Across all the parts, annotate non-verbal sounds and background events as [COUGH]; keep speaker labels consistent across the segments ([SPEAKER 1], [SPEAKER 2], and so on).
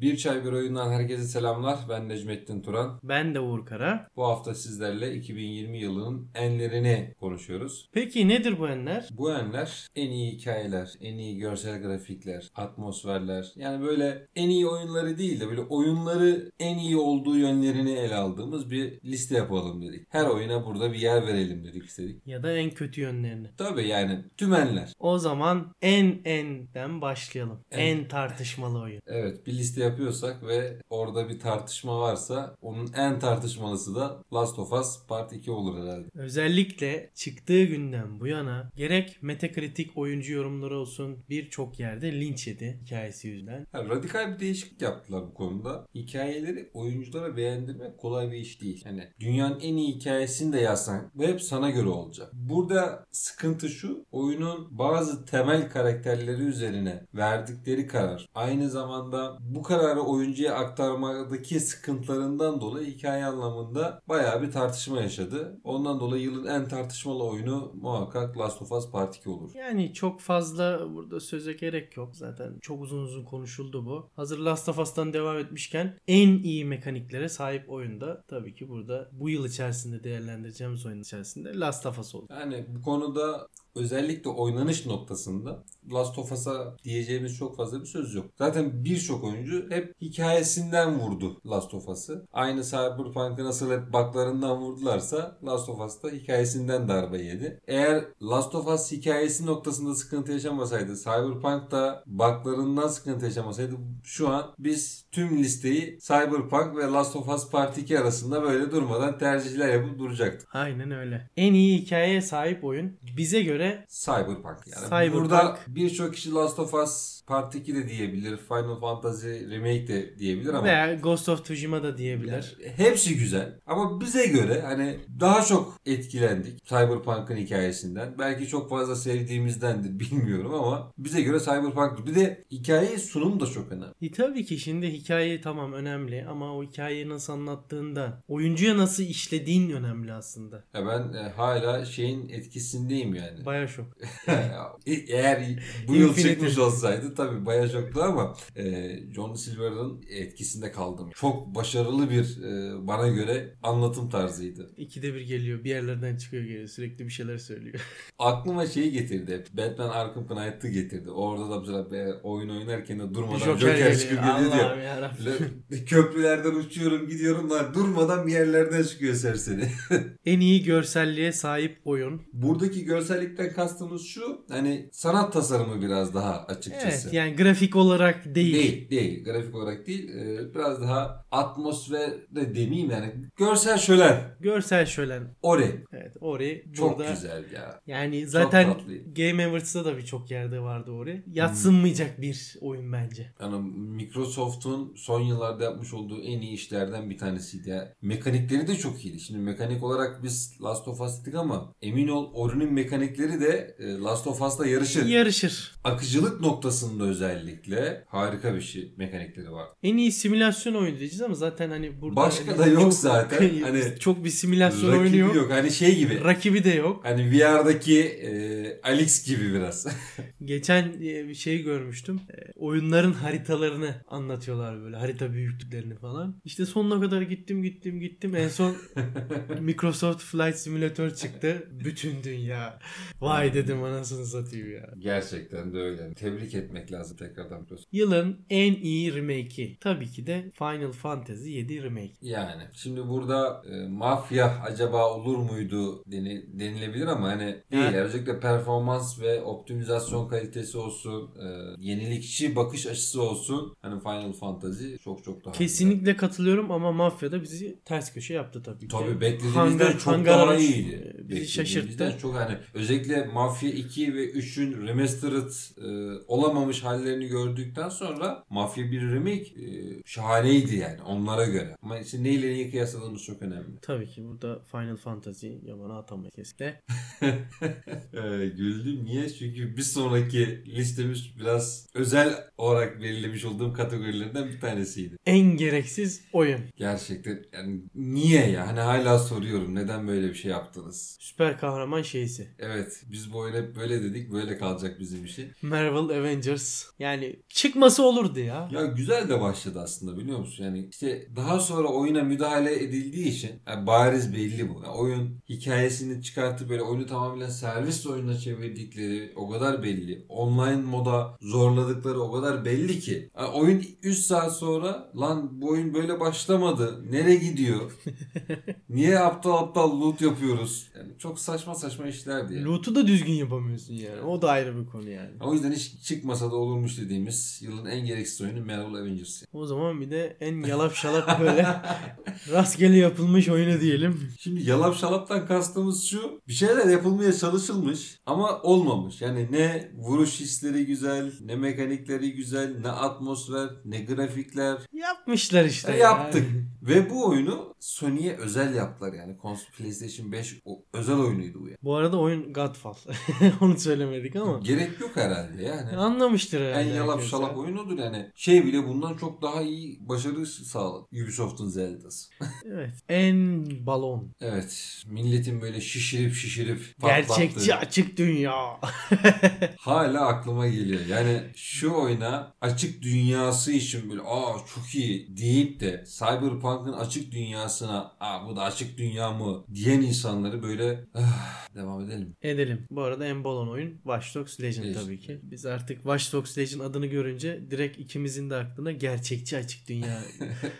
[SPEAKER 1] Bir Çay Bir Oyundan herkese selamlar. Ben Necmettin Turan.
[SPEAKER 2] Ben de Uğur Kara.
[SPEAKER 1] Bu hafta sizlerle 2020 yılının enlerini konuşuyoruz.
[SPEAKER 2] Peki nedir bu enler?
[SPEAKER 1] Bu enler en iyi hikayeler, en iyi görsel grafikler, atmosferler. Yani böyle en iyi oyunları değil de böyle oyunları en iyi olduğu yönlerini ele aldığımız bir liste yapalım dedik. Her oyuna burada bir yer verelim dedik istedik.
[SPEAKER 2] Ya da en kötü yönlerini.
[SPEAKER 1] Tabii yani tüm enler.
[SPEAKER 2] O zaman en enden başlayalım.
[SPEAKER 1] En.
[SPEAKER 2] En tartışmalı oyun.
[SPEAKER 1] Evet bir liste yapıyorsak ve orada bir tartışma varsa onun en tartışmalısı da Last of Us Part 2 olur herhalde.
[SPEAKER 2] Özellikle çıktığı günden bu yana gerek Metacritic oyuncu yorumları olsun birçok yerde linç yedi hikayesi yüzünden.
[SPEAKER 1] Ya radikal bir değişiklik yaptılar bu konuda. Hikayeleri oyunculara beğendirmek kolay bir iş değil. Yani dünyanın en iyi hikayesini de yazsan bu hep sana göre olacak. Burada sıkıntı şu oyunun bazı temel karakterleri üzerine verdikleri karar. Aynı zamanda bu kararı oyuncuya aktarmadaki sıkıntılarından dolayı hikaye anlamında bayağı bir tartışma yaşadı. Ondan dolayı yılın en tartışmalı oyunu muhakkak Last of Us Part 2 olur.
[SPEAKER 2] Yani çok fazla burada söze gerek yok zaten. Çok uzun uzun konuşuldu bu. Hazır Last of Us'tan devam etmişken en iyi mekaniklere sahip oyunda tabii ki burada bu yıl içerisinde değerlendireceğimiz oyun içerisinde Last of Us oldu.
[SPEAKER 1] Yani bu konuda özellikle oynanış noktasında Last of Us'a diyeceğimiz çok fazla bir söz yok. Zaten birçok oyuncu hep hikayesinden vurdu Last of Us'ı. Aynı Cyberpunk'ı nasıl hep baklarından vurdularsa Last of Us da hikayesinden darbe yedi. Eğer Last of Us hikayesi noktasında sıkıntı yaşamasaydı, Cyberpunk da baklarından sıkıntı yaşamasaydı şu an biz tüm listeyi Cyberpunk ve Last of Us Part 2 arasında böyle durmadan tercihler yapıp duracaktık.
[SPEAKER 2] Aynen öyle. En iyi hikayeye sahip oyun bize göre
[SPEAKER 1] Cyberpunk yani.
[SPEAKER 2] Cyberpunk.
[SPEAKER 1] Burada birçok kişi Last of Us Part 2 de diyebilir. Final Fantasy Remake de diyebilir ama
[SPEAKER 2] veya Ghost of Tsushima da diyebilir.
[SPEAKER 1] yani hepsi güzel. Ama bize göre hani daha çok etkilendik Cyberpunk'ın hikayesinden. Belki çok fazla sevdiğimizdendir [LAUGHS] bilmiyorum ama bize göre Cyberpunk. Bir de hikaye sunum da çok önemli.
[SPEAKER 2] E tabii ki şimdi hikaye tamam önemli ama o hikayeyi nasıl anlattığında, oyuncuya nasıl işlediğin önemli aslında.
[SPEAKER 1] Ya ben e, hala şeyin etkisindeyim yani.
[SPEAKER 2] Baya şok.
[SPEAKER 1] E- Eğer bu yıl
[SPEAKER 2] Infinity.
[SPEAKER 1] çıkmış olsaydı tabii bayağı şoktu ama e, John Silver'ın etkisinde kaldım. Çok başarılı bir e, bana göre anlatım tarzıydı.
[SPEAKER 2] İkide bir geliyor, bir yerlerden çıkıyor geliyor, sürekli bir şeyler söylüyor.
[SPEAKER 1] Aklıma şeyi getirdi. hep, Batman Arkham Knight'ı getirdi. Orada da mesela be- oyun oynarken de durmadan Joker, çıkıyor geliyor diyor.
[SPEAKER 2] Allah'ım yarabbim.
[SPEAKER 1] Böyle Köprülerden uçuyorum gidiyorum lan durmadan bir yerlerden çıkıyor serseri.
[SPEAKER 2] En iyi görselliğe sahip oyun.
[SPEAKER 1] Buradaki görsellikten kastımız şu hani sanat tasarımı biraz daha açıkçası.
[SPEAKER 2] Evet yani grafik olarak değil.
[SPEAKER 1] Değil, değil. Grafik olarak değil. Ee, biraz daha atmosfer de demeyeyim yani. Görsel şölen.
[SPEAKER 2] Görsel şölen.
[SPEAKER 1] Ore.
[SPEAKER 2] Evet Ori burada.
[SPEAKER 1] Çok güzel ya.
[SPEAKER 2] Yani zaten
[SPEAKER 1] tatlı. Hmm.
[SPEAKER 2] Game Awards'ta da birçok yerde vardı Ori. Yatsınmayacak bir oyun bence.
[SPEAKER 1] Yani Microsoft'un son yıllarda yapmış olduğu en iyi işlerden bir tanesiydi ya. Mekanikleri de çok iyiydi. Şimdi mekanik olarak biz Last of Us dedik ama emin ol Ori'nin mekanikleri de e, Last of Us'la yarışır.
[SPEAKER 2] Yarışır.
[SPEAKER 1] Akıcılık noktasında özellikle harika bir şey mekanikleri var.
[SPEAKER 2] En iyi simülasyon oyunu diyeceğiz ama zaten hani burada
[SPEAKER 1] Başka
[SPEAKER 2] hani
[SPEAKER 1] da yok
[SPEAKER 2] çok- [LAUGHS]
[SPEAKER 1] zaten. Hani
[SPEAKER 2] çok bir simülasyon oyunu
[SPEAKER 1] rakibi
[SPEAKER 2] yok.
[SPEAKER 1] yok. Hani şey gibi.
[SPEAKER 2] Rakibi de yok.
[SPEAKER 1] Hani VR'daki e, Alex gibi biraz. [LAUGHS]
[SPEAKER 2] Geçen e, bir şey görmüştüm. E, Oyunların haritalarını anlatıyorlar böyle. Harita büyüklüklerini falan. İşte sonuna kadar gittim gittim gittim.
[SPEAKER 1] [LAUGHS]
[SPEAKER 2] En son Microsoft Flight Simulator çıktı. Bütün dünya. Vay dedim anasını satayım ya.
[SPEAKER 1] Gerçekten de öyle. Tebrik etmek lazım tekrardan Microsoft.
[SPEAKER 2] Yılın en iyi remake'i. Tabii ki de Final Fantasy 7 Remake.
[SPEAKER 1] Yani şimdi burada e, mafya acaba olur muydu deni- denilebilir ama hani değil.
[SPEAKER 2] Ha.
[SPEAKER 1] Özellikle performans ve optimizasyon kalitesi olsun, e, yenilikçi bakış açısı olsun. Hani Final Fantasy çok çok daha güzel.
[SPEAKER 2] Kesinlikle katılıyorum ama mafya da bizi ters köşe yaptı tabii ki.
[SPEAKER 1] Tabii beklediğimizden
[SPEAKER 2] Hangar-
[SPEAKER 1] çok
[SPEAKER 2] Hangar
[SPEAKER 1] daha
[SPEAKER 2] üç,
[SPEAKER 1] iyiydi.
[SPEAKER 2] e, bizi
[SPEAKER 1] Beklediğimizden
[SPEAKER 2] şaşırttı.
[SPEAKER 1] Çok hani özellikle Mafya 2 ve 3'ün remastered e, olamamış hallerini gördükten sonra Mafya 1 remake e, şahaneydi yani onlara göre. Ama işte neyle neyi kıyasladığımız çok önemli.
[SPEAKER 2] Tabii ki burada Final Fantasy yabana atamayız kesinlikle.
[SPEAKER 1] E, güldüm niye? Çünkü bir sonraki listemiz biraz özel olarak belirlemiş olduğum kategorilerden bir tanesiydi.
[SPEAKER 2] En gereksiz oyun.
[SPEAKER 1] Gerçekten yani niye ya? Hani hala soruyorum neden böyle bir şey yaptınız?
[SPEAKER 2] Süper kahraman şeysi.
[SPEAKER 1] Evet biz bu oyun hep böyle dedik böyle kalacak bizim işi.
[SPEAKER 2] Marvel Avengers Warriors. Yani çıkması olurdu ya.
[SPEAKER 1] Ya güzel de başladı aslında biliyor musun? Yani işte daha sonra oyuna müdahale edildiği için yani bariz belli bu. Yani oyun hikayesini çıkartıp böyle oyunu tamamen servis oyununa çevirdikleri o kadar belli. Online moda zorladıkları o kadar belli ki. Yani oyun 3 saat sonra lan bu oyun böyle başlamadı. Nereye gidiyor? Niye aptal aptal loot yapıyoruz? Yani çok saçma saçma işlerdi yani.
[SPEAKER 2] Loot'u da düzgün yapamıyorsun yani. O da ayrı bir konu yani.
[SPEAKER 1] O yüzden hiç çıkmasa da olurmuş dediğimiz yılın en gereksiz oyunu Marvel Avengers.
[SPEAKER 2] O zaman bir de en yalap
[SPEAKER 1] [LAUGHS]
[SPEAKER 2] şalap böyle rastgele yapılmış oyunu diyelim.
[SPEAKER 1] Şimdi yalap şalaptan kastımız şu. Bir şeyler yapılmaya çalışılmış ama olmamış. Yani ne vuruş hisleri güzel, ne mekanikleri güzel, ne atmosfer, ne grafikler.
[SPEAKER 2] Yapmışlar işte.
[SPEAKER 1] Yani
[SPEAKER 2] ya.
[SPEAKER 1] yaptık. Ve bu oyunu Sony'ye özel yaptılar yani. Kons- PlayStation 5 o- özel oyunuydu bu yani.
[SPEAKER 2] Bu arada oyun Godfall. [LAUGHS] Onu söylemedik ama.
[SPEAKER 1] Gerek yok herhalde yani.
[SPEAKER 2] Anlamıştır herhalde.
[SPEAKER 1] En yalap
[SPEAKER 2] herkes
[SPEAKER 1] şalap
[SPEAKER 2] ya.
[SPEAKER 1] oyun odur yani. Şey bile bundan çok daha iyi başarı sağladı. Ubisoft'un Zelda'sı.
[SPEAKER 2] Evet. En balon.
[SPEAKER 1] Evet. Milletin böyle şişirip şişirip patlattığı.
[SPEAKER 2] Gerçekçi açık dünya. [LAUGHS]
[SPEAKER 1] Hala aklıma geliyor. Yani şu oyuna açık dünyası için böyle aa çok iyi deyip de Cyberpunk'ın açık dünyasına aa bu da açık dünya mı diyen insanları böyle "Ah, devam edelim.
[SPEAKER 2] Edelim. Bu arada en balon oyun Watch Dogs Legion
[SPEAKER 1] Legion.
[SPEAKER 2] tabii ki. Biz artık Watch Dogs Legion adını görünce direkt ikimizin de aklına gerçekçi
[SPEAKER 1] [LAUGHS]
[SPEAKER 2] açık dünya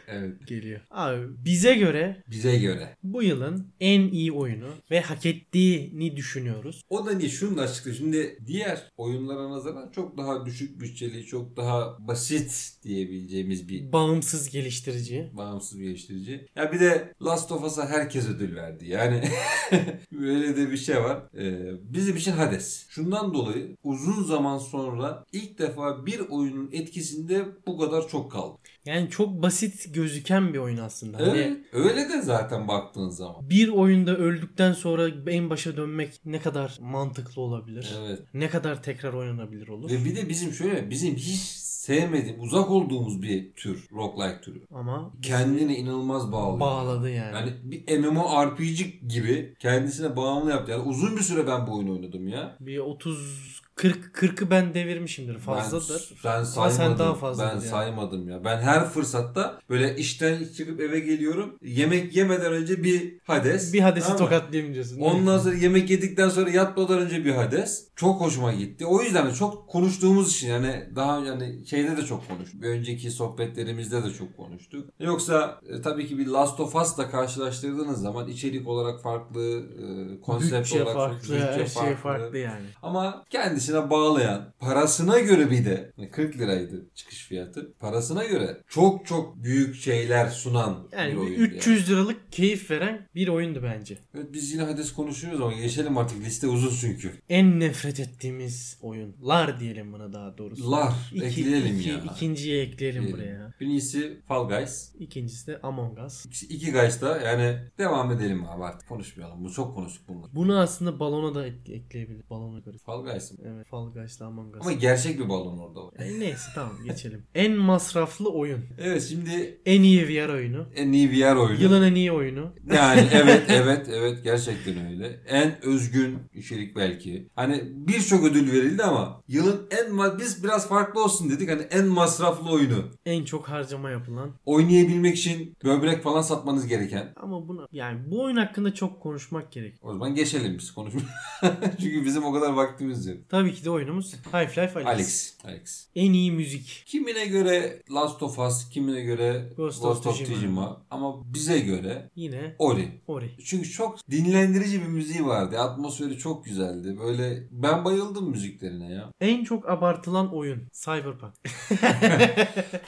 [SPEAKER 1] Evet.
[SPEAKER 2] geliyor. Abi bize göre
[SPEAKER 1] Bize göre.
[SPEAKER 2] bu yılın en iyi oyunu ve hak ettiğini düşünüyoruz.
[SPEAKER 1] O da niye şunu da açıkla. Şimdi diğer oyunlara nazaran çok daha düşük bütçeli, çok daha basit diyebileceğimiz bir
[SPEAKER 2] Bağımsız geliştirici.
[SPEAKER 1] bağımsız bir geliştirici. Ya bir de Last of Us'a herkes ödül verdi. Yani [LAUGHS] böyle de bir şey var. Ee, bizim için Hades. Şundan dolayı uzun zaman sonra ilk defa bir oyunun etkisinde bu kadar çok kaldı.
[SPEAKER 2] Yani çok basit gözüken bir oyun aslında. Hani
[SPEAKER 1] Evet, öyle de zaten baktığın zaman.
[SPEAKER 2] bir oyunda öldükten sonra en başa dönmek ne kadar mantıklı olabilir?
[SPEAKER 1] Evet.
[SPEAKER 2] Ne kadar tekrar oynanabilir olur?
[SPEAKER 1] Ve bir de bizim şöyle bizim hiç sevmediğim, uzak olduğumuz bir tür roguelike türü.
[SPEAKER 2] Ama
[SPEAKER 1] Kendine inanılmaz bağlıyor.
[SPEAKER 2] bağladı yani.
[SPEAKER 1] Yani bir MMORPG gibi kendisine bağımlı yaptı. Yani uzun bir süre ben bu oyunu oynadım ya.
[SPEAKER 2] Bir 30 40 40'ı ben devirmişimdir fazladır.
[SPEAKER 1] Ben, ben
[SPEAKER 2] Ama
[SPEAKER 1] saymadım.
[SPEAKER 2] sen daha
[SPEAKER 1] ben
[SPEAKER 2] fazladır yani.
[SPEAKER 1] saymadım ya. Ben her fırsatta böyle işten çıkıp eve geliyorum. Yemek yemeden önce bir Hades.
[SPEAKER 2] Bir Hades'i
[SPEAKER 1] Tamam mı?
[SPEAKER 2] tokatlayayım diyorsun.
[SPEAKER 1] Ondan sonra yemek yedikten sonra yatmadan önce bir Hades. Çok hoşuma gitti. O yüzden de çok konuştuğumuz için yani daha yani şeyde de çok konuştuk. Bir önceki sohbetlerimizde de çok konuştuk. Yoksa e, tabii ki bir Last of Us'la karşılaştırdığınız zaman içerik olarak farklı, e, konsept
[SPEAKER 2] bütçe
[SPEAKER 1] olarak
[SPEAKER 2] farklı,
[SPEAKER 1] bütçe
[SPEAKER 2] her şey farklı yani.
[SPEAKER 1] ama kendisine bağlayan, parasına göre bir de 40 liraydı çıkış fiyatı. Parasına göre çok çok büyük şeyler sunan bir
[SPEAKER 2] Yani bir
[SPEAKER 1] oyundu. yani.
[SPEAKER 2] 300 liralık keyif veren bir oyundu bence.
[SPEAKER 1] Evet, biz yine Hades konuşuyoruz ama geçelim artık liste uzun çünkü.
[SPEAKER 2] En nefret ettiğimiz oyunlar diyelim buna daha doğrusu.
[SPEAKER 1] Lar
[SPEAKER 2] İki-
[SPEAKER 1] ekleyelim
[SPEAKER 2] iki-
[SPEAKER 1] ya.
[SPEAKER 2] İkinciye ekleyelim
[SPEAKER 1] Ekleyelim.
[SPEAKER 2] buraya.
[SPEAKER 1] Birincisi Fall Guys.
[SPEAKER 2] İkincisi de Among Us.
[SPEAKER 1] İkisi- İki Guys da yani devam edelim abi artık konuşmayalım. Bu çok konuştuk bunları.
[SPEAKER 2] Bunu aslında balona da ek- ekleyebilir. Balona göre.
[SPEAKER 1] Fall Guys mı?
[SPEAKER 2] Evet. Fall Guys'la Among Us.
[SPEAKER 1] Ama gerçek bir balon orada var.
[SPEAKER 2] Yani neyse tamam geçelim. en masraflı oyun.
[SPEAKER 1] Evet şimdi
[SPEAKER 2] En iyi VR oyunu.
[SPEAKER 1] en iyi VR oyunu.
[SPEAKER 2] Yılın en iyi oyunu.
[SPEAKER 1] Yani evet evet evet gerçekten öyle. En özgün içerik belki. Hani birçok ödül verildi ama yılın en ma- biz biraz farklı olsun dedik. Hani en masraflı oyunu.
[SPEAKER 2] En çok harcama yapılan
[SPEAKER 1] Oynayabilmek için böbrek falan satmanız gereken.
[SPEAKER 2] Ama buna yani bu oyun hakkında çok konuşmak gerek.
[SPEAKER 1] O zaman geçelim biz konuşmaya. [LAUGHS] Çünkü bizim o kadar vaktimiz yok.
[SPEAKER 2] Tabii ki de oyunumuz Half-Life Alyx.
[SPEAKER 1] Alex. Alex.
[SPEAKER 2] En iyi müzik.
[SPEAKER 1] Kimine göre Last of Us, kimine göre
[SPEAKER 2] Ghost
[SPEAKER 1] Ghost,
[SPEAKER 2] of
[SPEAKER 1] of
[SPEAKER 2] Tsushima.
[SPEAKER 1] Tsushima ama bize göre
[SPEAKER 2] Yine
[SPEAKER 1] Ori.
[SPEAKER 2] Ori.
[SPEAKER 1] Çünkü çok dinlendirici bir müziği vardı. Atmosferi çok güzeldi. Böyle ben bayıldım müziklerine ya.
[SPEAKER 2] En çok abartılan oyun Cyberpunk.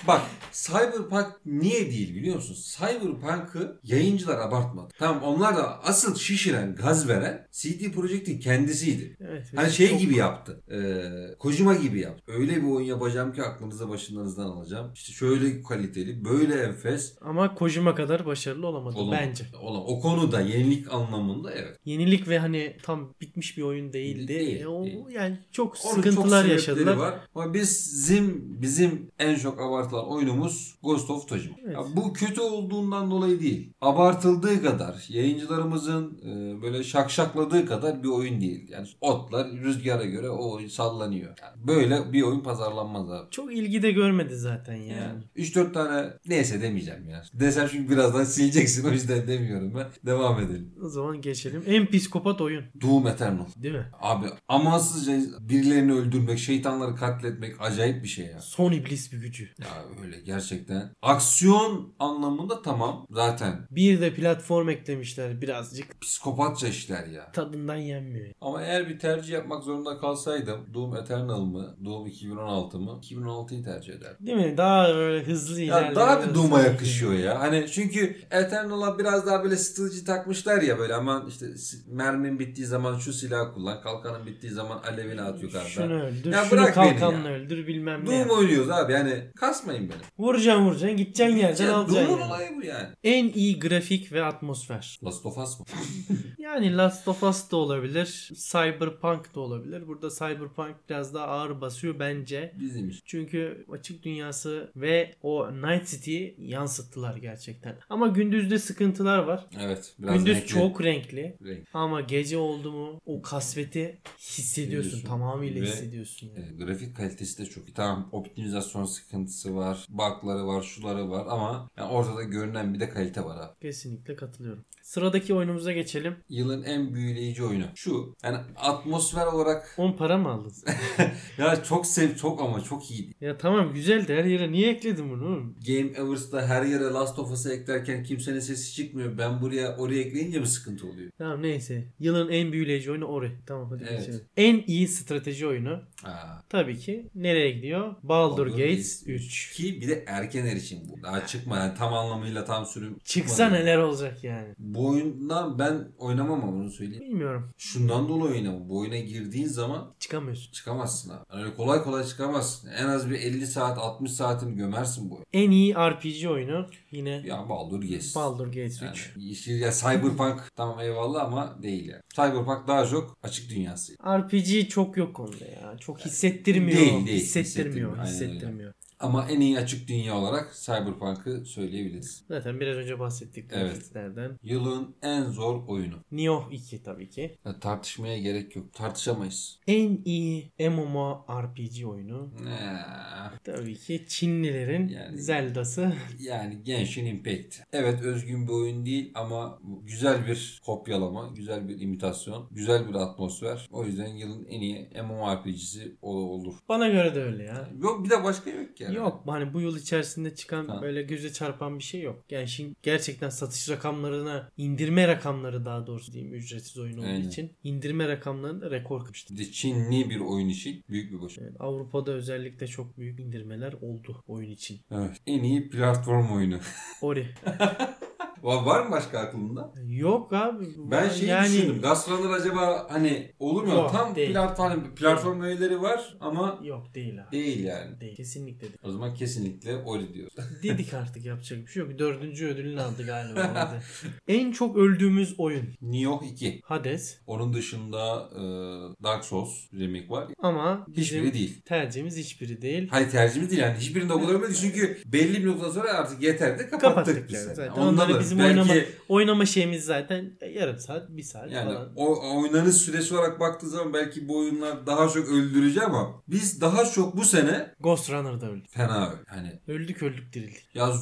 [SPEAKER 1] Bak Cyberpunk niye değil biliyor musun? Cyberpunk'ı yayıncılar abartmadı. Tamam onlar da asıl şişiren, gaz veren CD Projekt'in kendisiydi.
[SPEAKER 2] Evet.
[SPEAKER 1] Hani
[SPEAKER 2] bizim
[SPEAKER 1] şey
[SPEAKER 2] çok-
[SPEAKER 1] gibi yaptı. Ee, Kojima gibi yaptı. Öyle bir oyun yapacağım ki aklınıza başınızdan alacağım. İşte şöyle kaliteli, böyle enfes.
[SPEAKER 2] Ama Kojima kadar başarılı olamadı
[SPEAKER 1] Olam-
[SPEAKER 2] bence.
[SPEAKER 1] Olam. O konuda yenilik anlamında evet.
[SPEAKER 2] Yenilik ve hani tam bitmiş bir oyun değildi.
[SPEAKER 1] Değil,
[SPEAKER 2] E, o-
[SPEAKER 1] değil.
[SPEAKER 2] Yani çok
[SPEAKER 1] Onun
[SPEAKER 2] sıkıntılar
[SPEAKER 1] çok sebepleri
[SPEAKER 2] yaşadılar.
[SPEAKER 1] Var. Ama bizim bizim en çok abartılan oyunumuz Ghost of Tsushima.
[SPEAKER 2] Evet.
[SPEAKER 1] Ya bu kötü olduğundan dolayı değil. Abartıldığı kadar yayıncılarımızın e, böyle şakşakladığı kadar bir oyun değil. Yani otlar rüzgara göre o oyun sallanıyor. Yani böyle bir oyun pazarlanmaz abi.
[SPEAKER 2] Çok ilgi de görmedi zaten yani.
[SPEAKER 1] Yani 3-4 tane neyse demeyeceğim ya. Desem çünkü birazdan sileceksin o yüzden demiyorum ben. Devam edelim.
[SPEAKER 2] O zaman geçelim. En psikopat oyun
[SPEAKER 1] Doom Eternal.
[SPEAKER 2] değil mi?
[SPEAKER 1] Abi amansızca birilerini öldürmek, şeytanları katletmek acayip bir şey ya.
[SPEAKER 2] Son iblis bir gücü.
[SPEAKER 1] Ya öyle gerçekten. Aksiyon anlamında tamam zaten
[SPEAKER 2] Bir de platform eklemişler birazcık.
[SPEAKER 1] psikopatça işler ya.
[SPEAKER 2] Tadından yenmiyor.
[SPEAKER 1] Ama eğer bir tercih yapmak zorunda kalsaydım Doom Eternal mı, Doom 2016 mı? 2016'yı tercih ederdim.
[SPEAKER 2] Değil mi? Daha böyle hızlı
[SPEAKER 1] Ya
[SPEAKER 2] ilerliyor.
[SPEAKER 1] daha bir Doom'a yakışıyor ya. Hani çünkü Eternal'a biraz daha böyle strateji takmışlar ya böyle aman işte s- mermin bittiği zaman şu silahı kullan, kalkanın bittiği zaman alevini at yukarıda.
[SPEAKER 2] Şunu öldür,
[SPEAKER 1] Ya
[SPEAKER 2] şunu
[SPEAKER 1] bırak beni
[SPEAKER 2] kalkanla
[SPEAKER 1] ya.
[SPEAKER 2] öldür bilmem ne.
[SPEAKER 1] Doom
[SPEAKER 2] yap.
[SPEAKER 1] oynuyoruz abi yani kasmayın beni.
[SPEAKER 2] Vuracaksın vuracaksın gideceksin yerden
[SPEAKER 1] Ya
[SPEAKER 2] alacaksın.
[SPEAKER 1] Doom'un
[SPEAKER 2] yani.
[SPEAKER 1] olayı bu yani.
[SPEAKER 2] En iyi grafik ve atmosfer.
[SPEAKER 1] Last of Us mı?
[SPEAKER 2] Yani Last of Us da olabilir. Cyberpunk da olabilir. Burada Cyberpunk biraz daha ağır basıyor bence.
[SPEAKER 1] Bizim iş.
[SPEAKER 2] Çünkü açık dünyası ve o Night City'yi yansıttılar gerçekten. Ama gündüzde sıkıntılar var.
[SPEAKER 1] Evet. Biraz
[SPEAKER 2] Gündüz
[SPEAKER 1] renkli.
[SPEAKER 2] çok renkli.
[SPEAKER 1] Renk.
[SPEAKER 2] Ama gece oldu mu o kasveti hissediyorsun.
[SPEAKER 1] Hissediyorsun.
[SPEAKER 2] Tamamıyla
[SPEAKER 1] Ve-
[SPEAKER 2] hissediyorsun. yani.
[SPEAKER 1] E, grafik kalitesi de çok iyi. Tamam optimizasyon sıkıntısı var, bug'ları var, şuları var ama yani ortada görünen bir de kalite var abi.
[SPEAKER 2] Kesinlikle katılıyorum. Sıradaki oyunumuza geçelim.
[SPEAKER 1] Yılın en büyüleyici oyunu. Şu yani atmosfer olarak
[SPEAKER 2] 10 para mı aldın? sen?
[SPEAKER 1] ya çok sev çok ama çok iyiydi.
[SPEAKER 2] ya tamam güzel de her yere niye ekledin bunu oğlum?
[SPEAKER 1] Game Awards'da her yere Last of Us'ı eklerken kimsenin sesi çıkmıyor. Ben buraya oraya ekleyince mi sıkıntı oluyor?
[SPEAKER 2] Tamam neyse. Yılın en büyüleyici oyunu Ori. Tamam hadi
[SPEAKER 1] Evet.
[SPEAKER 2] geçelim. En iyi strateji oyunu
[SPEAKER 1] Aa.
[SPEAKER 2] tabii ki nereye gidiyor? Baldur,
[SPEAKER 1] Baldur
[SPEAKER 2] Gates
[SPEAKER 1] Gates
[SPEAKER 2] 3.
[SPEAKER 1] Ki bir de erken erişim bu. Daha çıkma yani tam anlamıyla tam sürüm.
[SPEAKER 2] Çıksa
[SPEAKER 1] çıkmadı.
[SPEAKER 2] neler olacak yani?
[SPEAKER 1] Bu oyundan ben oynamam ama bunu söyleyeyim.
[SPEAKER 2] Bilmiyorum.
[SPEAKER 1] Şundan dolayı oynamam. Bu oyuna girdiğin zaman
[SPEAKER 2] Çıkamıyorsun.
[SPEAKER 1] çıkamazsın abi. Yani öyle kolay kolay çıkamazsın. En az bir 50 saat 60 saatini gömersin bu oyuna.
[SPEAKER 2] En iyi RPG oyunu yine
[SPEAKER 1] Ya Baldur Yes.
[SPEAKER 2] Baldur Gates 3.
[SPEAKER 1] Yani, işi- ya Cyberpunk [LAUGHS] tamam eyvallah ama değil yani. Cyberpunk daha çok açık dünyası.
[SPEAKER 2] RPG çok yok onda ya. Çok hissettirmiyor.
[SPEAKER 1] Değil, değil.
[SPEAKER 2] hissettirmiyor.
[SPEAKER 1] Hissettirmiyor. Aynen öyle.
[SPEAKER 2] hissettirmiyor.
[SPEAKER 1] Ama en iyi açık dünya olarak Cyberpunk'ı söyleyebiliriz.
[SPEAKER 2] Zaten biraz önce bahsettik
[SPEAKER 1] Evet.
[SPEAKER 2] grafiklerden.
[SPEAKER 1] Yılın en zor oyunu.
[SPEAKER 2] Nioh 2 tabii ki.
[SPEAKER 1] Ya tartışmaya gerek yok. Tartışamayız.
[SPEAKER 2] En iyi MMORPG oyunu.
[SPEAKER 1] Ne?
[SPEAKER 2] Tabii ki Çinlilerin
[SPEAKER 1] Yani-
[SPEAKER 2] Zelda'sı.
[SPEAKER 1] Yani Genshin Impact. Evet özgün bir oyun değil ama güzel bir kopyalama, güzel bir imitasyon, güzel bir atmosfer. O yüzden yılın en iyi MMORPG'si o- olur.
[SPEAKER 2] Bana göre de öyle ya.
[SPEAKER 1] Yok bir de başka yok ki. yani.
[SPEAKER 2] Yok hani bu yıl içerisinde çıkan
[SPEAKER 1] Ha.
[SPEAKER 2] böyle göze çarpan bir şey yok. Yani şimdi gerçekten satış rakamlarına indirme rakamları daha doğrusu diyeyim ücretsiz oyun olduğu
[SPEAKER 1] Aynen.
[SPEAKER 2] için indirme rakamlarında rekor kırmıştı.
[SPEAKER 1] Bir de Çinli bir oyun için büyük bir başarı.
[SPEAKER 2] Evet, Avrupa'da özellikle çok büyük indirmeler oldu oyun için.
[SPEAKER 1] Evet. En iyi platform oyunu. [LAUGHS]
[SPEAKER 2] Ori.
[SPEAKER 1] var, var mı başka aklında?
[SPEAKER 2] Yok abi.
[SPEAKER 1] Ben şey düşündüm. Gastrunner acaba hani olur mu?
[SPEAKER 2] Yok,
[SPEAKER 1] Tam
[SPEAKER 2] değil.
[SPEAKER 1] platform platform üyeleri var ama
[SPEAKER 2] Yok değil abi.
[SPEAKER 1] değil yani.
[SPEAKER 2] Değil. Kesinlikle değil.
[SPEAKER 1] O zaman kesinlikle Ori diyoruz. [LAUGHS]
[SPEAKER 2] Dedik artık yapacak bir şey yok. Dördüncü ödülünü aldı galiba.
[SPEAKER 1] [LAUGHS]
[SPEAKER 2] orada. en çok öldüğümüz oyun
[SPEAKER 1] Nioh 2.
[SPEAKER 2] Hades.
[SPEAKER 1] Onun dışında e, Dark Souls remake var. ya.
[SPEAKER 2] Ama bizim
[SPEAKER 1] Hiçbiri değil.
[SPEAKER 2] tercihimiz hiçbiri değil.
[SPEAKER 1] Hayır tercihimiz değil yani. Hiçbirinde o kadar olmadı. Çünkü belli bir noktadan sonra artık yeter de kapattık,
[SPEAKER 2] Kapattık
[SPEAKER 1] biz.
[SPEAKER 2] yani
[SPEAKER 1] yani.
[SPEAKER 2] zaten.
[SPEAKER 1] Ondan
[SPEAKER 2] Onları
[SPEAKER 1] da
[SPEAKER 2] bizim
[SPEAKER 1] belki
[SPEAKER 2] oynama- Oynama şeyimiz zaten e, yarım saat, bir saat
[SPEAKER 1] Yani
[SPEAKER 2] falan.
[SPEAKER 1] o oynanış süresi olarak baktığı zaman belki bu oyunlar daha çok öldürücü ama biz daha çok bu sene
[SPEAKER 2] Ghost Runner'da öldük.
[SPEAKER 1] fena öyle. Hani
[SPEAKER 2] Öldük öldük dirildik.
[SPEAKER 1] ya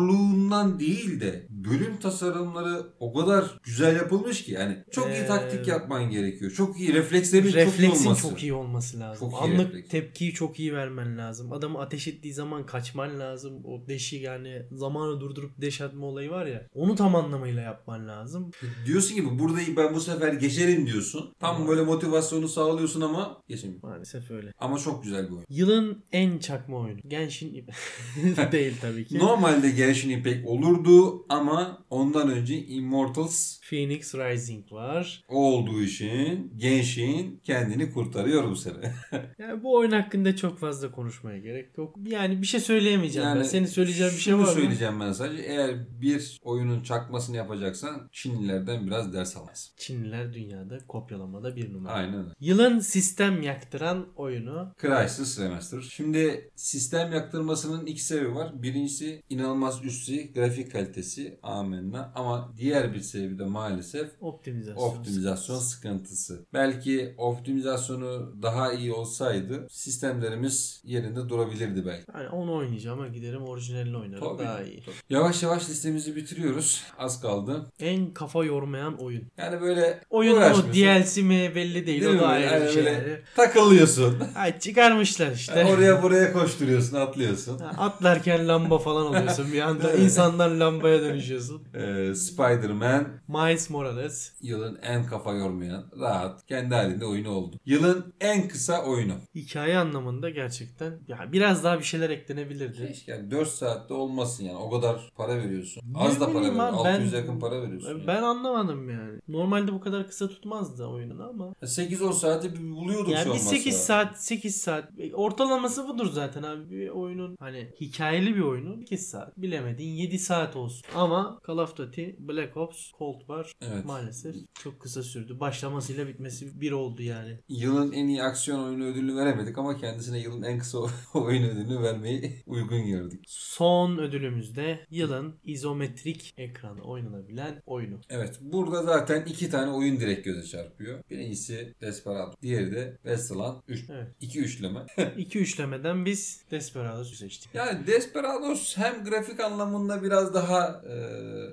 [SPEAKER 1] zorluğundan değil de bölüm tasarımları o kadar güzel yapılmış ki yani çok
[SPEAKER 2] Ee,
[SPEAKER 1] iyi taktik yapman gerekiyor. Çok iyi reflekslerin çok iyi
[SPEAKER 2] Refleksin
[SPEAKER 1] olması.
[SPEAKER 2] çok iyi olması lazım.
[SPEAKER 1] Çok iyi
[SPEAKER 2] Anlık
[SPEAKER 1] refleks.
[SPEAKER 2] tepkiyi çok iyi vermen lazım. Adamı ateş ettiği zaman kaçman lazım. O deşi yani zamanı durdurup deş atma olayı var ya. Onu tam anlamıyla yapman lazım.
[SPEAKER 1] Diyorsun ki burayı ben bu sefer geçerim diyorsun. Tam böyle motivasyonu sağlıyorsun ama geçemiyor.
[SPEAKER 2] Maalesef öyle.
[SPEAKER 1] Ama çok güzel bir oyun.
[SPEAKER 2] Yılın en çakma oyunu. Genshin Impact. [LAUGHS] değil
[SPEAKER 1] [LAUGHS]
[SPEAKER 2] tabii ki.
[SPEAKER 1] Normalde Genshin Impact olurdu ama ondan önce Immortals
[SPEAKER 2] Phoenix Rising var.
[SPEAKER 1] O olduğu için gençliğin kendini kurtarıyor bu sene.
[SPEAKER 2] Yani bu oyun hakkında çok fazla konuşmaya gerek yok. Yani bir şey söyleyemeyeceğim ben.
[SPEAKER 1] Yani
[SPEAKER 2] Senin söyleyeceğin bir şey var mı?
[SPEAKER 1] söyleyeceğim ben sadece. Eğer bir oyun günün çakmasını yapacaksan Çinlilerden biraz ders alasın.
[SPEAKER 2] Çinliler dünyada kopyalamada bir numara.
[SPEAKER 1] Aynen öyle.
[SPEAKER 2] Yılın sistem yaktıran oyunu.
[SPEAKER 1] Crisis Remaster. Şimdi sistem yaktırmasının iki sebebi var. Birincisi inanılmaz üstü grafik kalitesi amenna ama diğer bir sebebi de maalesef
[SPEAKER 2] Optimizasyon.
[SPEAKER 1] optimizasyon sıkıntısı. Belki optimizasyonu daha iyi olsaydı sistemlerimiz yerinde durabilirdi belki.
[SPEAKER 2] Yani onu oynayacağım ama giderim orijinalini oynarım
[SPEAKER 1] Tabii.
[SPEAKER 2] daha iyi.
[SPEAKER 1] Yavaş yavaş listemizi bitiriyoruz. Az kaldı.
[SPEAKER 2] En kafa yormayan oyun.
[SPEAKER 1] Yani böyle
[SPEAKER 2] Oyunun o
[SPEAKER 1] uğraşmıyorsun.
[SPEAKER 2] DLC mi belli değil.
[SPEAKER 1] Değil mi?
[SPEAKER 2] o da ayrı
[SPEAKER 1] Yani
[SPEAKER 2] bir şey.
[SPEAKER 1] böyle
[SPEAKER 2] [LAUGHS]
[SPEAKER 1] takılıyorsun.
[SPEAKER 2] Ay çıkarmışlar işte.
[SPEAKER 1] Oraya buraya koşturuyorsun, atlıyorsun.
[SPEAKER 2] Ha, Atlarken lamba falan oluyorsun bir anda.
[SPEAKER 1] Evet.
[SPEAKER 2] insandan lambaya dönüşüyorsun.
[SPEAKER 1] Ee, Spider-Man
[SPEAKER 2] Miles Morales.
[SPEAKER 1] Yılın en kafa yormayan, rahat, kendi halinde oyunu oldu. Yılın en kısa oyunu.
[SPEAKER 2] Hikaye anlamında gerçekten ya biraz daha bir şeyler eklenebilirdi.
[SPEAKER 1] Keşke yani 4 saatte olmasın yani. O kadar para veriyorsun. Az
[SPEAKER 2] Ne
[SPEAKER 1] da para
[SPEAKER 2] bileyim
[SPEAKER 1] veriyorsun.
[SPEAKER 2] abi, ben-
[SPEAKER 1] 600 yakın para veriyorsun.
[SPEAKER 2] Ben anlamadım yani. Normalde bu kadar kısa tutmazdı oyunun ama.
[SPEAKER 1] 8-10 saati bir şey buluyorduk
[SPEAKER 2] Yani
[SPEAKER 1] şu
[SPEAKER 2] bir
[SPEAKER 1] an
[SPEAKER 2] 8
[SPEAKER 1] mesela.
[SPEAKER 2] saat 8 saat E, ortalaması budur zaten abi bir oyunun hani hikayeli bir oyunun 8 saat bilemedin 7 saat olsun ama Call of Duty Black Ops Cold War
[SPEAKER 1] Evet.
[SPEAKER 2] maalesef çok kısa sürdü başlamasıyla bitmesi bir oldu yani
[SPEAKER 1] Yılın en iyi aksiyon oyunu ödülünü veremedik ama kendisine yılın en kısa [LAUGHS] oyun ödülünü vermeyi [LAUGHS] uygun gördük.
[SPEAKER 2] son ödülümüzde yılın izometrik ekranda oynanabilen oyunu
[SPEAKER 1] Evet burada zaten iki tane oyun direkt göze çarpıyor. Birincisi Desperado. Diğeri de Westland 3.
[SPEAKER 2] Evet.
[SPEAKER 1] 2 üçleme.
[SPEAKER 2] 2 üçlemeden biz Desperados seçtik
[SPEAKER 1] Yani Desperados hem grafik anlamında biraz daha e,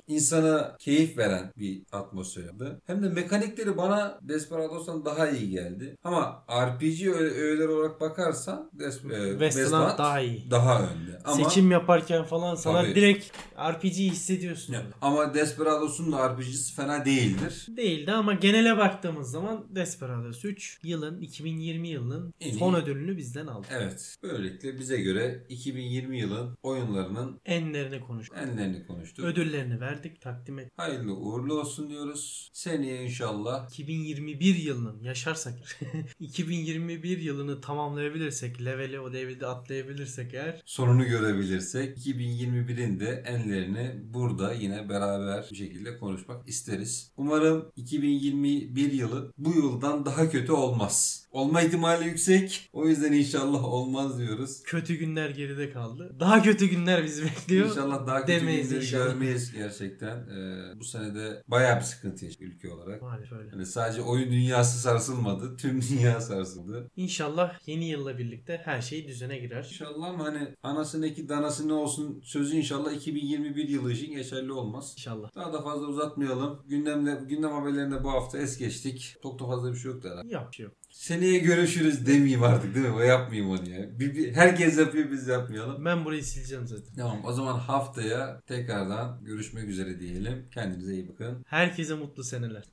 [SPEAKER 1] insana keyif veren bir atmosferdi. Hem de mekanikleri bana Desperados'tan daha iyi geldi. Ama RPG öğe- öğeler olarak bakarsan Des- e,
[SPEAKER 2] Westland daha iyi
[SPEAKER 1] daha önde. Ama,
[SPEAKER 2] seçim yaparken falan sana
[SPEAKER 1] Tabii.
[SPEAKER 2] direkt RPG hisediyorsun
[SPEAKER 1] Ya, ama Desperados'un da RPG'si fena değildir.
[SPEAKER 2] Değildi ama genele baktığımız zaman Desperados 3 yılın 2020 yılının
[SPEAKER 1] En iyi.
[SPEAKER 2] son ödülünü bizden aldı.
[SPEAKER 1] Evet. Böylelikle bize göre 2020 yılın oyunlarının
[SPEAKER 2] Enlerini konuştuk.
[SPEAKER 1] enlerini konuştuk.
[SPEAKER 2] Ödüllerini verdik, takdim ettik.
[SPEAKER 1] Hayırlı uğurlu olsun diyoruz. Seneye inşallah
[SPEAKER 2] 2021 yılının yaşarsak [LAUGHS] 2021 yılını tamamlayabilirsek leveli o devirde atlayabilirsek eğer
[SPEAKER 1] sonunu görebilirsek 2021'in de enlerini burada yine beraber bir şekilde konuşmak isteriz. Umarım 2021 yılı bu yıldan daha kötü olmaz. Olma ihtimali yüksek. O yüzden inşallah olmaz diyoruz.
[SPEAKER 2] kötü günler geride kaldı. Daha kötü günler bizi bekliyor.
[SPEAKER 1] İnşallah daha kötü
[SPEAKER 2] Demeyiz
[SPEAKER 1] günleri
[SPEAKER 2] inşallah.
[SPEAKER 1] görmeyiz gerçekten. Ee, bu sene de bayağı bir sıkıntı yaşadık ülke olarak.
[SPEAKER 2] Maalesef öyle.
[SPEAKER 1] Yani sadece oyun dünyası sarsılmadı. Tüm [LAUGHS] dünya sarsıldı.
[SPEAKER 2] İnşallah yeni yılla birlikte her şey düzene girer.
[SPEAKER 1] İnşallah ama hani anasındaki danası ne olsun sözü inşallah 2021 yılı için geçerli olmaz.
[SPEAKER 2] İnşallah.
[SPEAKER 1] Daha da fazla uzatmayalım. Gündemle, gündem haberlerinde bu hafta es geçtik. Çok da fazla bir şey yoktu herhalde.
[SPEAKER 2] Yok bir şey yok.
[SPEAKER 1] Seneye görüşürüz demeyeyim artık değil mi? O yapmayayım onu ya. Bir, bir- herkes yapıyor biz yapmayalım.
[SPEAKER 2] Ben burayı sileceğim zaten.
[SPEAKER 1] Tamam o zaman haftaya tekrardan görüşmek üzere diyelim. Kendinize iyi bakın.
[SPEAKER 2] Herkese mutlu seneler.